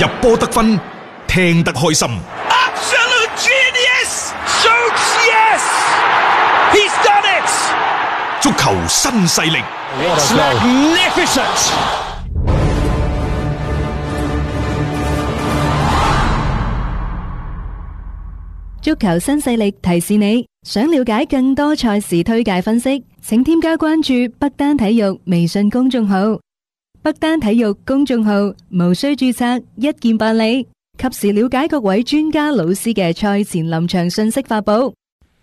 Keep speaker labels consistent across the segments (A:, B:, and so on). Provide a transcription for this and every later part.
A: 入波得分，聽得開心。
B: Absolute genius! Shoots yes! He's done it!
A: 足球新勢力，
B: It's magnificent!
C: 足球新勢力提示你，想了解更多賽事推介分析，請添加關注北單體育微信公眾號。北單體育公眾號無需註冊，一鍵辦理，及時了解各位專家老師嘅賽前臨場信息發布。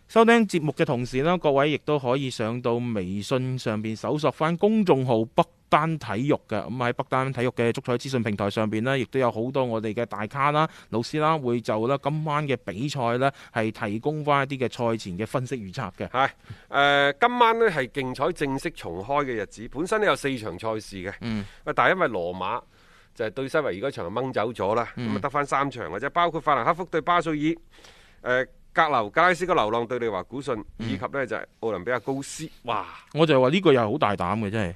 D: 收聽節目嘅同時呢，各位亦都可以上到微信上邊搜索翻公眾號北單體育嘅，咁喺北單體育嘅足彩資訊平台上邊呢，亦都有好多我哋嘅大咖啦、老師啦，會就啦今晚嘅比賽呢，係提供翻一啲嘅賽前嘅分析預測嘅。
E: 係誒、今晚呢係競彩正式重開嘅日子，本身呢有四場賽事嘅，
D: 嗯，
E: 喂但係因為羅馬就係對西維爾嗰場掹走咗啦，
D: 嗯
E: 咁啊得翻三場嘅啫，包括法蘭克福對巴素爾，誒、格流格拉斯哥流浪對利華古信，
D: 嗯
E: 以及呢就係、奧林比亞高斯，哇！
D: 我就話呢個又係好大膽嘅，真係。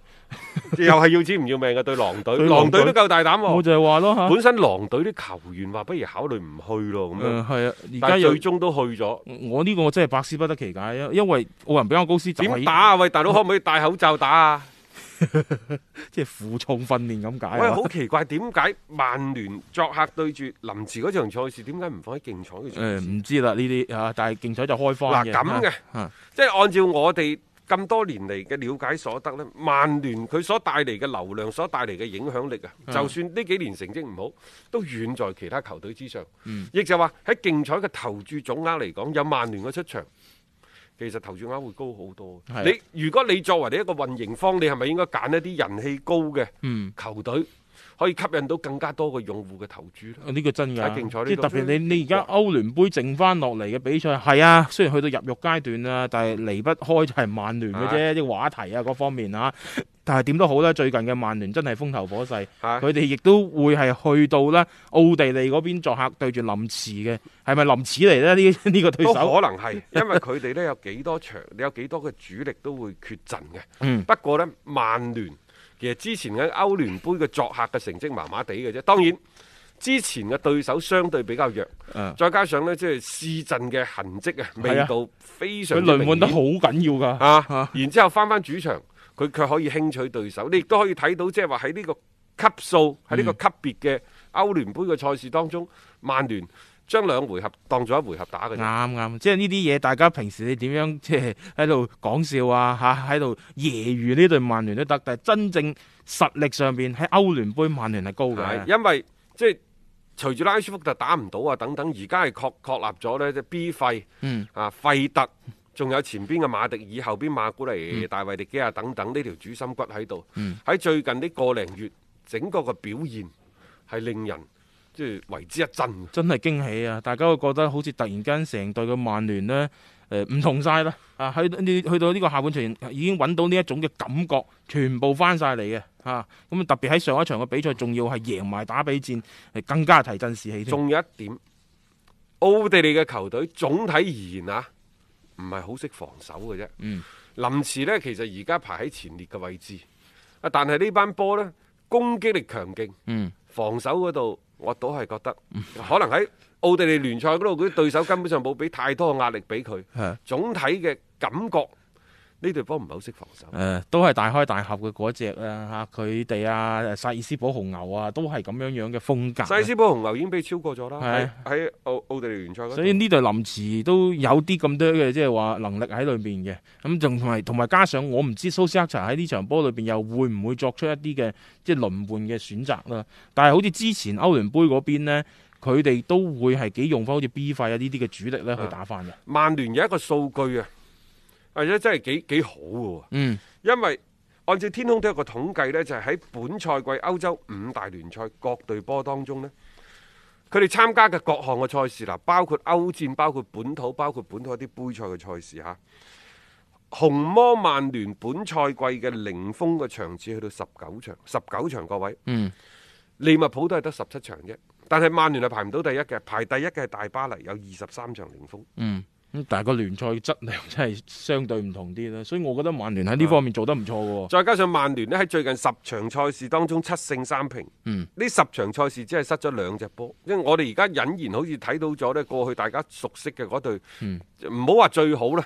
E: 又係要錢唔要命嘅對狼隊，
D: 對
E: 狼
D: 狼隊
E: 隊都夠大膽
D: 我
E: 喎。
D: 就係話咯嚇，
E: 本身狼隊啲球員話不如考慮唔去咯咁樣，
D: 誒係啊，而
E: 但
D: 家
E: 係
D: 又
E: 最終都去咗。
D: 我呢個我真係百思不得其解，啊因因為奧林比亞高斯就係
E: 點打啊？喂，大佬可唔可以戴口罩打啊？
D: 即係負重訓練咁解
E: 喂，
D: 啊。
E: 好奇怪，點解曼聯作客對住林茨嗰場賽事，點解唔放喺競彩嘅賽
D: 誒
E: 事？
D: 唔知啦呢啲啊，但係競彩就開翻
E: 嗱咁嘅
D: 啊，
E: 即係按照我哋咁多年嚟嘅了解所得呢，曼聯佢所帶嚟嘅流量、所帶嚟嘅影響力啊，
D: 嗯
E: 就算呢幾年成績唔好，都遠在其他球隊之上
D: 嗯。
E: 亦就話喺競彩嘅投注總額嚟講，有曼聯嘅出場。其實投注額會高好多
D: 係啊。
E: 你如果你作為你一個運營方，你係咪應該揀一啲人氣高嘅
D: 嗯。
E: 球隊，可以吸引到更加多嘅用戶嘅投注呢？
D: 啊呢個真㗎，
E: 喺競賽呢度
D: 即係特別你你而家歐聯杯剩翻落嚟嘅比賽，係啊，雖然去到入獄階段啦，但係離不開就係曼聯嘅啫，啲話題啊各方面啊。但係點都好啦，最近嘅曼聯真係風頭火勢，
E: 嚇
D: 佢哋亦都會係去到啦奧地利嗰邊作客對住林茨嘅，係咪林茨嚟咧？呢呢個對
E: 都
D: 手，
E: 可能係， 因為佢哋呢有幾多場，有幾多嘅主力都會缺陣嘅。
D: 嗯，
E: 不過呢，曼聯其實之前喺歐聯杯嘅作客嘅成績麻麻地嘅啫。當然之前嘅對手相對比較弱，
D: 誒
E: 再加上呢，即係試陣嘅痕跡啊，
D: 啊係
E: 味
D: 啊
E: 道非
D: 佢
E: 常之
D: 輪
E: 明
D: 換得
E: 顯
D: 好緊要㗎。
E: 啊
D: 啊！
E: 然之後翻翻主場，佢卻可以輕取對手。你亦都可以睇到，即係話喺呢個級數喺
D: 嗯
E: 呢個級別嘅歐聯杯嘅賽事當中，曼聯將兩回合當咗一回合打嘅啫。
D: 啱啱，即係呢啲嘢，大家平時你點樣即係喺度講笑啊吓，喺度揶揄呢隊曼聯都得，但係真正實力上邊喺歐聯杯曼聯係高
E: 係
D: 嘅，
E: 因為即係隨住拉舒福特打唔到啊，等等，而家係確確立咗呢，即係 B 費
D: 嗯
E: 啊費特，仲有前邊嘅馬迪爾，後邊馬古尼、大衛迪基亞等等呢條主心骨喺度。
D: 嗯
E: 喺最近呢個零月，整個嘅表現係令人即係為之一振嘅。
D: 真係驚喜啊！大家會覺得好似突然間成隊嘅曼聯呢，誒唔同晒啦，啊喺呢去到呢個下半場已經揾到呢一種嘅感覺，全部翻晒嚟嘅吓，咁啊特別喺上一場嘅比賽，仲要係贏埋打比戰，係更加提振士氣添。
E: 仲有一點，奧地利嘅球隊總體而言啊，唔係好識防守嘅啫。
D: 嗯
E: 林茨呢，其實而家排喺前列嘅位置，啊，但係呢班波呢，攻擊力強勁，
D: 嗯，
E: 防守嗰度我都係覺得，可能喺奧地利聯賽嗰度，佢啲對手根本上冇俾太多嘅壓力俾佢。
D: 係。
E: 總體嘅感覺，呢隊波唔係好識防守
D: 誒、。呃都係大開大合嘅嗰只啦嚇，佢哋啊誒薩爾斯堡紅牛啊，都係咁樣樣嘅風格
E: 西
D: 啊。
E: 斯波紅牛已經被超過咗啦，
D: 係
E: 喺喺奧奧地利聯賽嗰度。
D: 所以呢隊林茨都有啲咁多嘅即係話能力喺裏邊嘅，咁仲同埋同埋加上我唔知蘇斯克查喺呢場波裏邊又會唔會作出一啲嘅即係輪換嘅選擇啦。但係好似之前歐聯杯嗰邊呢，佢哋都會係幾用翻好似 B 費啊呢啲嘅主力咧去打翻嘅。
E: 曼聯有一個數據啊，或者真係幾幾好嘅喎。
D: 嗯
E: 因為按照天空都有個統計呢，就係、喺本賽季歐洲五大聯賽各隊波當中呢，佢哋參加嘅各項嘅賽事啦，包括歐戰、包括本土、包括本土一啲杯賽嘅賽事嚇。紅魔曼聯本賽季嘅零封嘅場次去到十九場，十九場各位，
D: 嗯，
E: 利物浦都係得十七場啫。但係曼聯係排唔到第一嘅，排第一嘅係大巴黎，有二十三場零封。
D: 嗯，咁但係個聯賽質量真係相對唔同啲啦，所以我覺得曼聯喺呢方面做得唔錯嘅喎。
E: 再加上曼聯呢，喺最近十場賽事當中七勝三平，
D: 嗯
E: 呢十場賽事只係失咗兩隻波，因為我哋而家隱然好似睇到咗呢過去大家熟悉嘅嗰隊，
D: 嗯
E: 唔好話最好啦，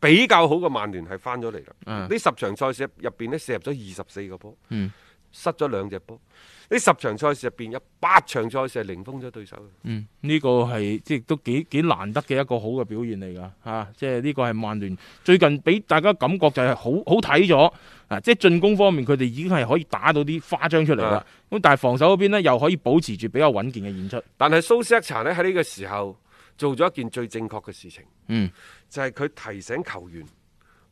E: 比較好嘅曼聯係翻咗嚟啦。
D: 嗯
E: 呢十場賽事入邊呢，射入咗二十四個波，
D: 嗯
E: 失咗兩隻波。呢十場賽事入邊有八場賽事係零封咗對手嘅。
D: 嗯，呢、個係即係都幾幾難得嘅一個好嘅表現嚟㗎嚇，啊即係呢個係曼聯最近俾大家感覺就係好好睇咗啊！即係進攻方面佢哋已經係可以打到啲花張出嚟啦
E: 啊，
D: 咁、但係防守嗰邊呢，又可以保持住比較穩健嘅演出。
E: 但係蘇斯克查呢，喺呢個時候做咗一件最正確嘅事情，
D: 嗯
E: 就係佢提醒球員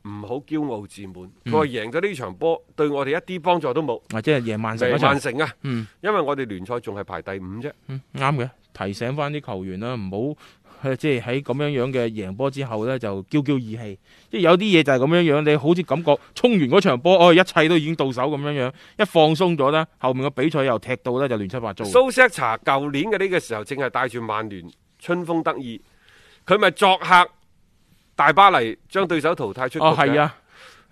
E: 唔好驕傲自滿。
D: 嗯
E: 佢話贏咗呢場波對我哋一啲幫助都冇，
D: 或啊者係夜曼城嗰
E: 贏
D: 場
E: 曼，城啊，
D: 嗯
E: 因為我哋聯賽仲係排第五啫。
D: 嗯啱嘅，提醒翻啲球員啦，唔好 呃即係喺咁樣樣嘅贏波之後呢，就驕驕意氣。即係有啲嘢就係咁樣樣，你好似感覺衝完嗰場波，哦，一切都已經到手咁樣樣，一放鬆咗啦，後面嘅比賽又踢到呢，就亂七八糟。
E: 蘇斯克查舊年嘅呢個時候正係帶住曼聯春風得意，佢咪作客大巴黎將對手淘汰出局
D: 哦，係
E: 嘅，
D: 啊，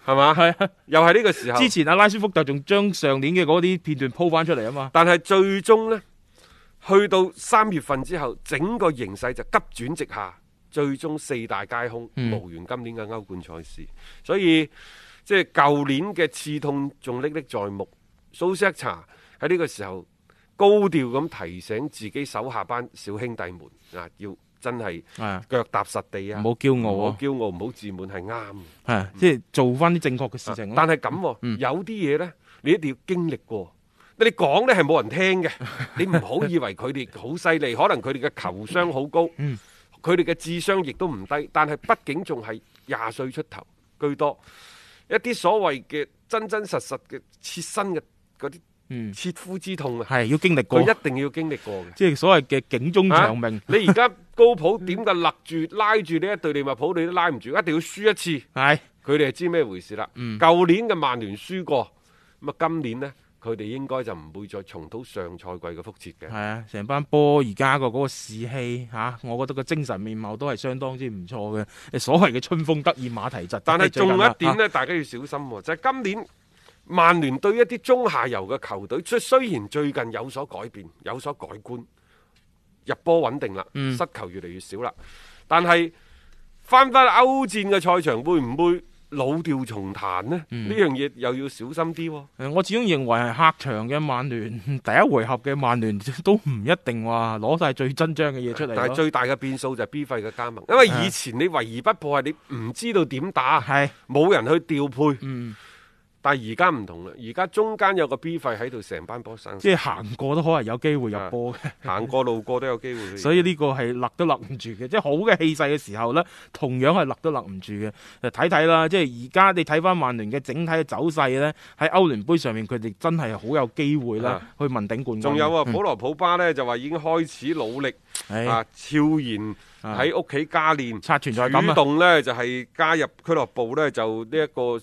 E: 係嘛？
D: 係 啊，
E: 又係呢個時候
D: 之。前阿拉舒福特仲將上年嘅嗰啲片段鋪翻出嚟啊嘛。
E: 但係最終呢，去到三月份之後，整個形勢就急轉直下，最終四大皆空，
D: 嗯
E: 無緣今年嘅歐冠賽事。所以即係舊年嘅刺痛仲歷歷在目。蘇斯克查喺呢個時候高調咁提醒自己手下班小兄弟們啊，要真係
D: 係啊
E: 腳踏實地啊，
D: 唔好驕傲啊
E: 唔好驕傲，唔好自滿係啱嘅。
D: 係啊，即係做翻啲正確嘅事情
E: 啊
D: 咯。嗯
E: 但係咁喎、有啲嘢呢，你一定要經歷過。你講呢係冇人聽 嘅，你唔好以為佢哋 好犀利，可能佢哋嘅球商好高，
D: 嗯
E: 佢哋嘅智商亦都唔低，但係畢竟仲係廿歲出頭居多，一啲所謂嘅真真實實嘅切身嘅嗰
D: 嗯
E: 啲切膚之痛啊，
D: 係要經歷過
E: 佢，一定要經歷過嘅。
D: 即係所謂嘅警鐘長
E: 啊
D: 鳴。
E: 你而家高普點嘅勒住拉住呢一隊利物浦，你都拉唔住，一定要輸一次。
D: 係。
E: 佢哋係知咩回事啦。舊、年嘅曼聯輸過，咁啊今年呢，佢哋應該就唔會再重蹈上賽季嘅覆轍嘅
D: 係。啊，成班波而家個嗰個士氣嚇、我覺得個精神面貌都係相當之唔錯嘅。所謂嘅春風得意馬蹄疾，
E: 但係
D: 啊
E: 仲有一點
D: 咧，
E: 呢，大家要小心喎，就係、今年曼聯對一啲中下游嘅球隊，雖雖然最近有所改變、有所改觀，入波穩定啦，
D: 嗯
E: 失球越嚟越少啦，但係翻翻歐戰嘅賽場，會唔會老調重彈呢？呢、樣嘢又要小心啲喎。
D: 誒啊我始終認為係客場嘅曼聯， 第一回合嘅曼聯都唔一定話攞晒最真章嘅嘢出嚟
E: 但係
D: 咯。
E: 最大嘅變數就係 B 費嘅加盟，因為以前你圍而不破係你唔知道點打，
D: 係
E: 冇人去調配。
D: 嗯，
E: 但係而家唔同啦，而家中間有個 B 費喺度，成班波生
D: 即係行過都可能有機會入波嘅，
E: 行過路過都有機會。
D: 所以呢個係勒都勒唔住嘅。即係好嘅氣勢嘅時候呢，同樣係勒都勒唔住嘅。誒睇睇啦，即係而家你睇翻曼聯嘅整體嘅走勢呢，喺歐聯杯上面佢哋真係好有機會啦，
E: 啊
D: 去問鼎冠軍。
E: 仲有啊，
D: 嗯
E: 普羅普巴呢就話已經開始努力
D: 唉
E: 啊，悄然喺屋企加練，
D: 啊刷存在感
E: 主
D: 啊，
E: 動呢就係加入俱樂部呢，就呢一個誒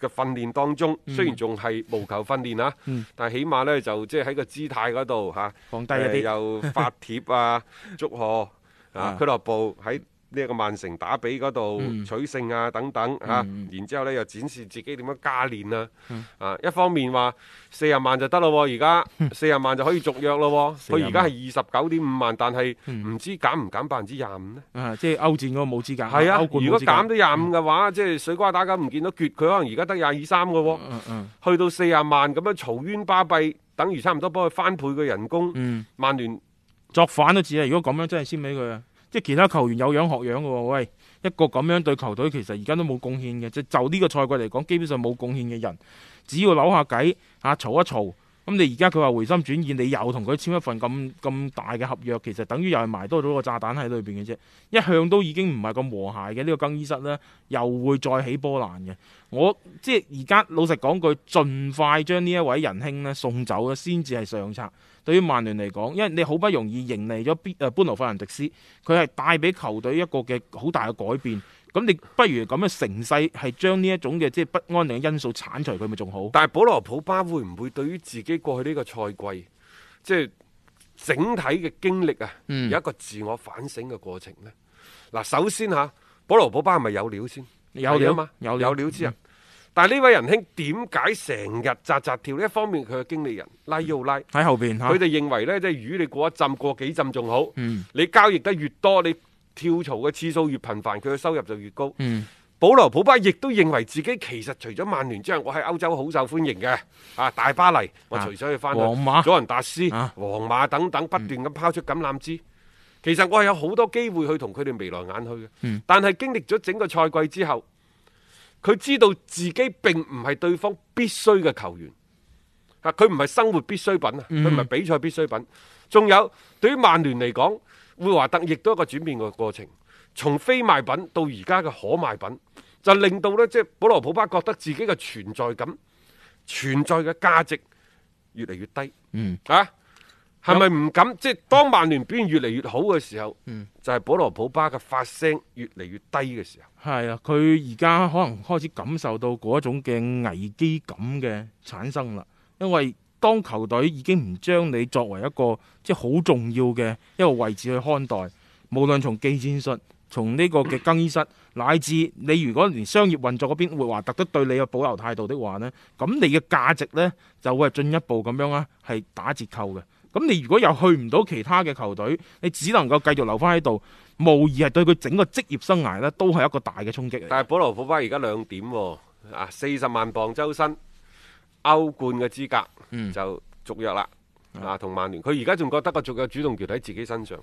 E: 嘅訓練當中，雖然仲係無球訓練啊
D: 嗯，
E: 但係起碼呢就即係喺個姿態嗰度嚇。
D: 放低一啲
E: 誒又發帖 啊，祝賀啊
D: 啊
E: 俱樂部喺呢一個曼城打比嗰度
D: 嗯
E: 取勝啊等等啊
D: 嗯嗯，
E: 然之後呢又展示自己點樣加練啊，啊一方面話四十萬就得咯喎，而
D: 嗯
E: 家四十萬就可以續約咯 喎，
D: 40
E: 佢而家係二十九點五萬，但係
D: 嗯
E: 唔知減唔減百分之廿五呢？
D: 啊，即係歐戰嗰個冇資格，
E: 係啊，
D: 歐
E: 如
D: 冠
E: 果
D: 冇資格
E: 減到
D: 嗯
E: 廿五嘅話，即係水瓜打狗唔見到橛，佢可能而家得廿二三嘅喎，
D: 嗯嗯
E: 去到四十萬咁樣嘈冤巴閉，等於差唔多幫佢翻倍嘅人工，
D: 嗯，
E: 曼聯。
D: 作反都止啊！如果咁樣真係先俾佢啊！即係其他球員有樣學樣嘅喎，喂，一個咁樣對球隊其實而家都冇貢獻嘅，即係就呢個賽季嚟講，基本上冇貢獻嘅人，只要扭下計啊，嘈一嘈。咁你而家佢話回心轉意，你又同佢簽一份咁咁大嘅合約，其實等於又係埋多咗個炸彈喺裏邊嘅啫。一向都已經唔係咁和諧嘅呢、個更衣室呢，又會再起波瀾嘅。我即係而家老實講句，盡快將呢一位仁兄呢送走咧，先至係上策。對於曼聯嚟講，因為你好不容易迎嚟咗呃必誒班奴費蘭迪斯，佢係帶俾球隊一個嘅好大嘅改變。咁你不如咁樣乘勢係將呢一種嘅即係不安定嘅因素剷除佢，咪仲好？
E: 但係保羅普巴會唔會對於自己過去呢個賽季，即係整體嘅經歷啊，
D: 嗯
E: 有一個自我反省嘅過程呢？嗱，首先吓，保羅保巴係咪有料先？
D: 有料
E: 係啊嘛，
D: 有料嗯
E: 有料之人。但係呢位仁兄點解成日扎扎跳呢？一方面佢嘅經理人拉要拉，
D: 喺後邊嗯嚇，
E: 佢哋認為呢，即係魚你過一浸過幾浸仲好。
D: 嗯
E: 你交易得越多，你跳槽嘅次數越頻繁，佢嘅收入就越高。
D: 嗯
E: 保羅普巴亦都認為自己其實除咗曼聯之外，我喺歐洲好受歡迎嘅。啊，大巴黎，我
D: 啊
E: 隨手去翻去，
D: 皇馬
E: 佐仁達斯、
D: 啊嗯
E: 皇馬等等，不斷咁拋出橄欖枝。其實我係有好多機會去同佢哋眉來眼去嘅。
D: 嗯
E: 但係經歷咗整個賽季之後，佢知道自己並唔係對方必須嘅球員。啊，佢唔係生活必需品啊，
D: 嗯
E: 佢唔係比賽必需品。仲有對於曼聯嚟講，會華特亦都一個轉變嘅過程，從非賣品到而家嘅可賣品，就令到呢，即係保羅普巴覺得自己嘅存在感、存在嘅價值越嚟越低。
D: 嗯，
E: 啊，係咪唔敢？即係當曼聯表現越嚟越好嘅時候，
D: 嗯
E: 就係保羅普巴嘅發聲越嚟越低嘅時候。
D: 係啊，佢而家可能開始感受到嗰一種嘅危機感嘅產生啦，因為當球隊已經唔將你作為一個即係好重要嘅一個位置去看待，無論從技戰術、從呢個嘅更衣室，乃至你如果連商業運作嗰邊活華特都對你有保留態度的話呢，咁你嘅價值呢就會係進一步咁樣啦，係打折扣嘅。咁你如果又去唔到其他嘅球隊，你只能夠繼續留翻喺度，無疑係對佢整個職業生涯呢都係一個大嘅衝擊嚟。
E: 但係保羅普巴而家兩點喎，啊四十萬磅周薪，歐冠嘅資格、
D: 嗯
E: 就續約啦，啊同曼聯，佢而家仲覺得個續約主動權喺自己身上，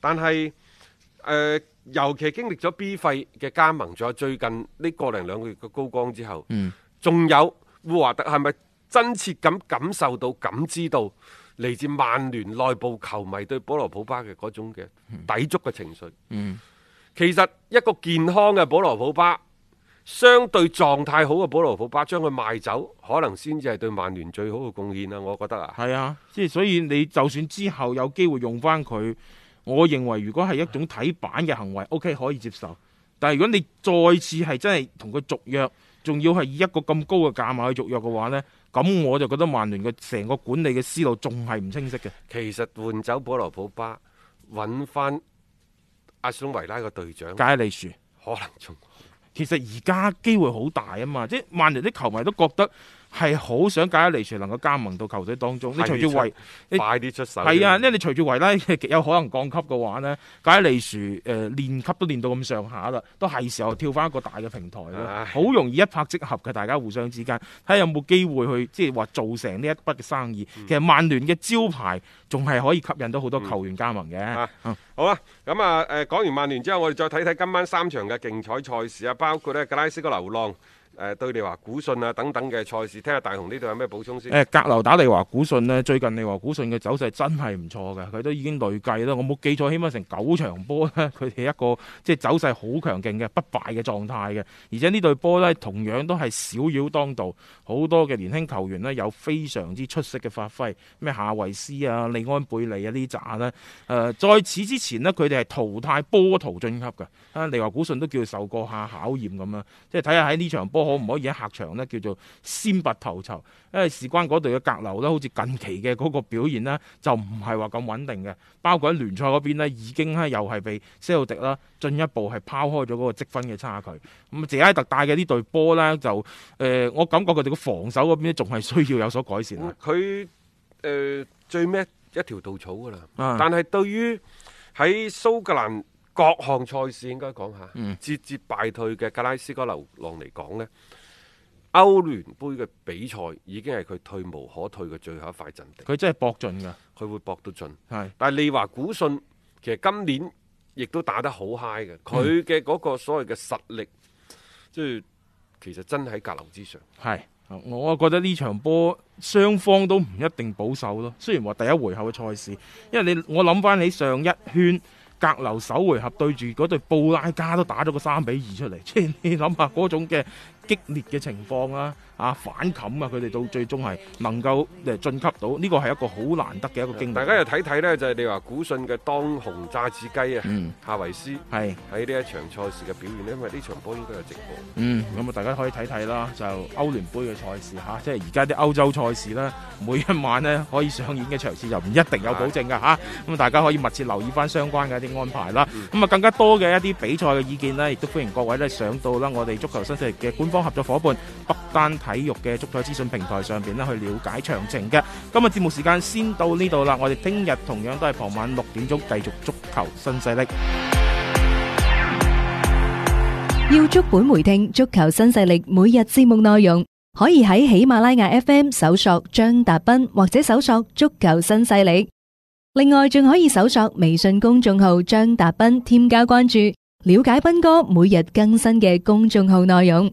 E: 但係誒、呃尤其經歷咗 B 費嘅加盟，仲有最近呢個零兩個月嘅高光之後，
D: 嗯
E: 仲有烏華特係咪真切咁感受到、感知到嚟自曼聯內部球迷對保羅普巴嘅嗰種嘅抵觸嘅情緒？
D: 嗯
E: 其實一個健康嘅保羅普巴，相對狀態好嘅保羅普巴，將佢賣走，可能先至係對曼聯最好嘅貢獻啊！我覺得啊，
D: 係啊，即係所以你就算之後有機會用翻佢，我認為如果係一種睇板嘅行為，OK 可以接受。但係如果你再次係真係同佢續約，仲要係以一個咁高嘅價碼去續約嘅話呢，咁我就覺得曼聯嘅成個管理嘅思路仲係唔清晰嘅。
E: 其實換走保羅普巴，揾翻阿松維拉嘅隊長，
D: 解利樹。
E: 可能仲
D: 其實而家機會好大啊嘛，即係曼聯啲球迷都覺得係好想解利殊能夠加盟到球隊當中。你
E: 係
D: 隨住
E: 出
D: 維你
E: 快啲出手。
D: 係啊，因為你隨住維拉極有可能降級嘅話呢，解利殊誒、呃、練級都練到咁上下啦，都係時候跳翻一個大嘅平台啦
E: 唉。
D: 好容易一拍即合嘅，大家互相之間睇下有冇機會去即係話做成呢一筆嘅生意。
E: 嗯
D: 其實曼聯嘅招牌仲係可以吸引到好多球員加盟嘅。
E: 啊
D: 嗯
E: 好啦，咁啊，誒講完曼聯之後，我哋再睇睇今晚三場嘅競彩賽事啊，包括呢格拉斯哥流浪、誒對利華古信啊等等嘅賽事，聽下大雄呢度有咩補充先。
D: 誒格流打利華古信呢，最近利華古信嘅走勢真係唔錯嘅，佢都已經累計啦，我冇記錯，起碼成九場波咧，佢哋一個 即係走勢好強勁嘅不敗嘅狀態嘅，而且呢隊波呢，同樣都係小妖當道，好多嘅年輕球員呢，有非常之出色嘅發揮，咩夏維斯啊、利安貝利啊呢扎呢。誒、在此之前呢，佢哋係淘汰波圖晉級嘅，啊利華古信都叫受過下考驗咁啦，即係睇下喺呢場波可唔可以喺客場呢叫做先拔頭籌。因為事關嗰隊嘅格流咧，好似近期嘅嗰個表現呢，就唔係話咁穩定嘅。包括喺聯賽嗰邊呢，已經咧又係被些路迪啦進一步係拋開咗嗰個積分嘅差距。咁謝拉特帶嘅呢隊波呢，就誒、呃我感覺佢哋嘅防守嗰邊呢仲係需要有所改善啊。
E: 佢誒、呃最尾一條稻草㗎啦。
D: 啊
E: 但係對於喺蘇格蘭各項賽事應該講下，
D: 嗯
E: 節節敗退嘅格拉斯哥流浪嚟講呢歐聯杯嘅比賽已經係佢退無可退嘅最後一塊陣地，
D: 佢真係搏盡㗎，
E: 佢會搏到盡。
D: 係
E: 但係利華古信其實今年亦都打得好 high 嘅，佢嘅嗰個所謂嘅實力，即係其實真喺格流之上。
D: 係。我覺得呢場波雙方都唔一定保守咯。雖然話第一回合嘅賽事，因為你我諗翻起上一圈格流首回合對住嗰隊布拉加都打咗個三比二出嚟，即係你諗下嗰種嘅激烈嘅情況啦，啊反冚啊，佢哋到最終係能夠誒晉級到，呢個係一個好難得嘅一個經歷。
E: 大家又睇睇呢，就係、你話古信嘅當紅炸子雞啊，
D: 嗯
E: 夏維斯
D: 係。
E: 喺呢一場賽事嘅表現呢，因為呢場波應該有直播。
D: 嗯，咁啊，大家可以睇睇啦，就歐聯杯嘅賽事吓、即係而家啲歐洲賽事咧，每一晚咧可以上演嘅場次就唔一定有保證噶吓，咁、啊大家可以密切留意翻相關嘅一啲安排啦。咁、啊，更加多嘅一啲比賽嘅意見呢，亦都歡迎各位咧上到啦我哋足球新勢力嘅官方合作伙伴北單體育嘅足彩資訊平台上邊咧去了解詳情嘅。今日節目時間先到呢度啦，我哋聽日同樣都係傍晚六點鐘繼續足球新勢力。
C: 要足本回聽足球新勢力每日節目內容，可以喺喜馬拉雅 FM 搜索張達斌或者搜索足球新勢力。另外，仲可以搜索微信公眾號張達斌，添加關注，了解斌哥每日更新嘅公眾號內容。